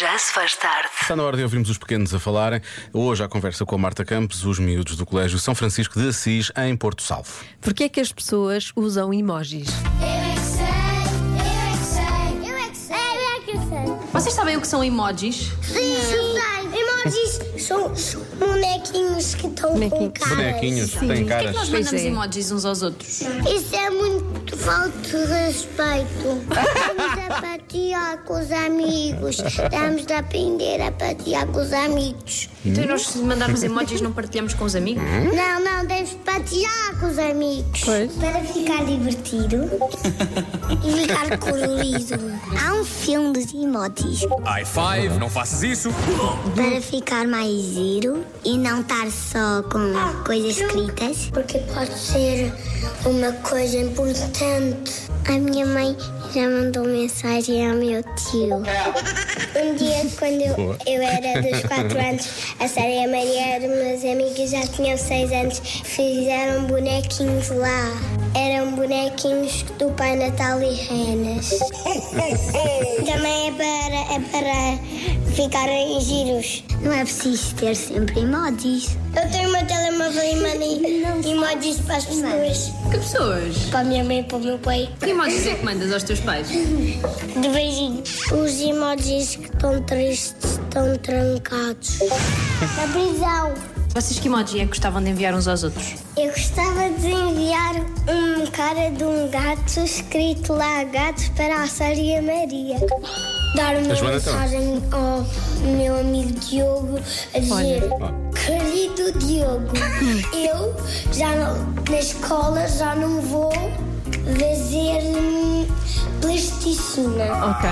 Já se faz tarde. Está na hora de ouvirmos os pequenos a falarem. Hoje a conversa com a Marta Campos, os miúdos do Colégio São Francisco de Assis, em Porto Salvo. Porquê é que as pessoas usam emojis? Eu é que sei, eu é que sei, eu é que sei, eu é que sei. Vocês sabem o que são emojis? Sim, sei. Emojis são os bonequinhos que estão com Bonequinhos. caras. Bonequinhos, têm Por que é caras. que nós Pois mandamos é. emojis uns aos outros? Isso é muito falta de respeito. Estamos a patear com os amigos. Estamos a aprender a patear com os amigos. Então nós se mandarmos emojis não partilhamos com os amigos? Não, não, deves patear com os amigos. Pois. Para ficar divertido e ficar colorido. Há um filme dos emojis. High five, não faças isso. Para ficar mais giro e não estar só com coisas escritas. Ah, Porque pode ser uma coisa importante. A minha mãe já mandou mensagem ao meu tio. Um dia, quando eu, Boa. eu era dos 4 anos, a Sara e a Maria eram meus amigos, já tinham 6 anos, fizeram bonequinhos lá. Eram bonequinhos do Pai Natal e renas. Também é para, é para ficarem giros. Não é preciso ter sempre emojis. Eu tenho uma telemóvel e mando emojis para as pessoas. Que pessoas? Para a minha mãe e para o meu pai. Que emojis é que mandas aos teus pais? De beijinho. Os emojis que estão tristes estão trancados. Na prisão. Vocês que emoji é que gostavam de enviar uns aos outros? Eu gostava de enviar um cara de um gato escrito lá gatos para a Sara e a Maria. Dar uma A Joana também. mensagem ao meu amigo Diogo a dizer Ah, Querido Diogo, eu já não, na escola já não vou fazer hum, plasticina. Ok.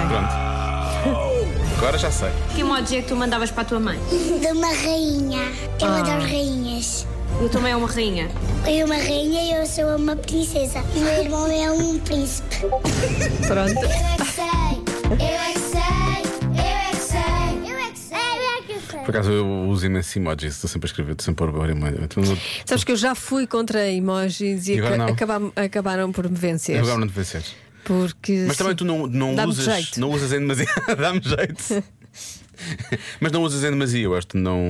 Pronto. Agora já sei. Que emoji é que tu mandavas para a tua mãe? De uma rainha. Eu adoro rainhas. Eu também é uma rainha. Eu uma rainha e eu sou uma princesa. O meu irmão é um príncipe. Pronto. Eu é que sei, eu é que sei, eu é que sei, eu é que sei, eu é que Por acaso eu uso imenso emojis, estou sempre a escrever, estou sempre a pôr Então, agora. Sabes que eu já fui contra emojis e, E agora aca- não. acabam- acabaram por me vencer. Agora não devia ser. Porque. Mas também sim. tu não, não Dá-me usas. jeito. Não usas em demasia. Dá-me jeito. Mas não usas em demasia, eu acho que não.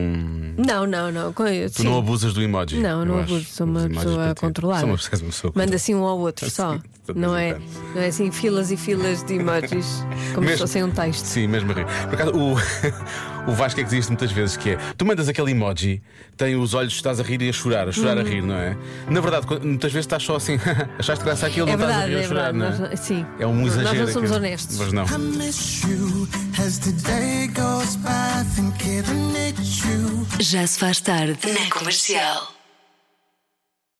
Não, não, não. Com- Tu sim. não abusas do emoji. Não, eu não eu acho. abuso, sou Os uma emojis pessoa para ti. controlada. Sou uma pessoa controlada. Manda assim um ao outro só. Sim, de vez não, em é, quando. não é assim filas e filas de emojis, como se Mesmo- fossem um texto. Sim, mesmo a rir. Por acaso, o, o Vasco é que diz isto muitas vezes: que é tu mandas aquele emoji, tem os olhos, estás a rir e a chorar, a chorar a rir, não é? Na verdade, quando- muitas vezes estás só assim, achaste graça aquilo, É não estás a verdade, rir e é a chorar, verdade. não é? nós- sim. É um exagero. Nós não somos aquilo. honestos. Mas não. I miss you as the day goes by, thinking that it's you. Já se faz tarde. Na comercial.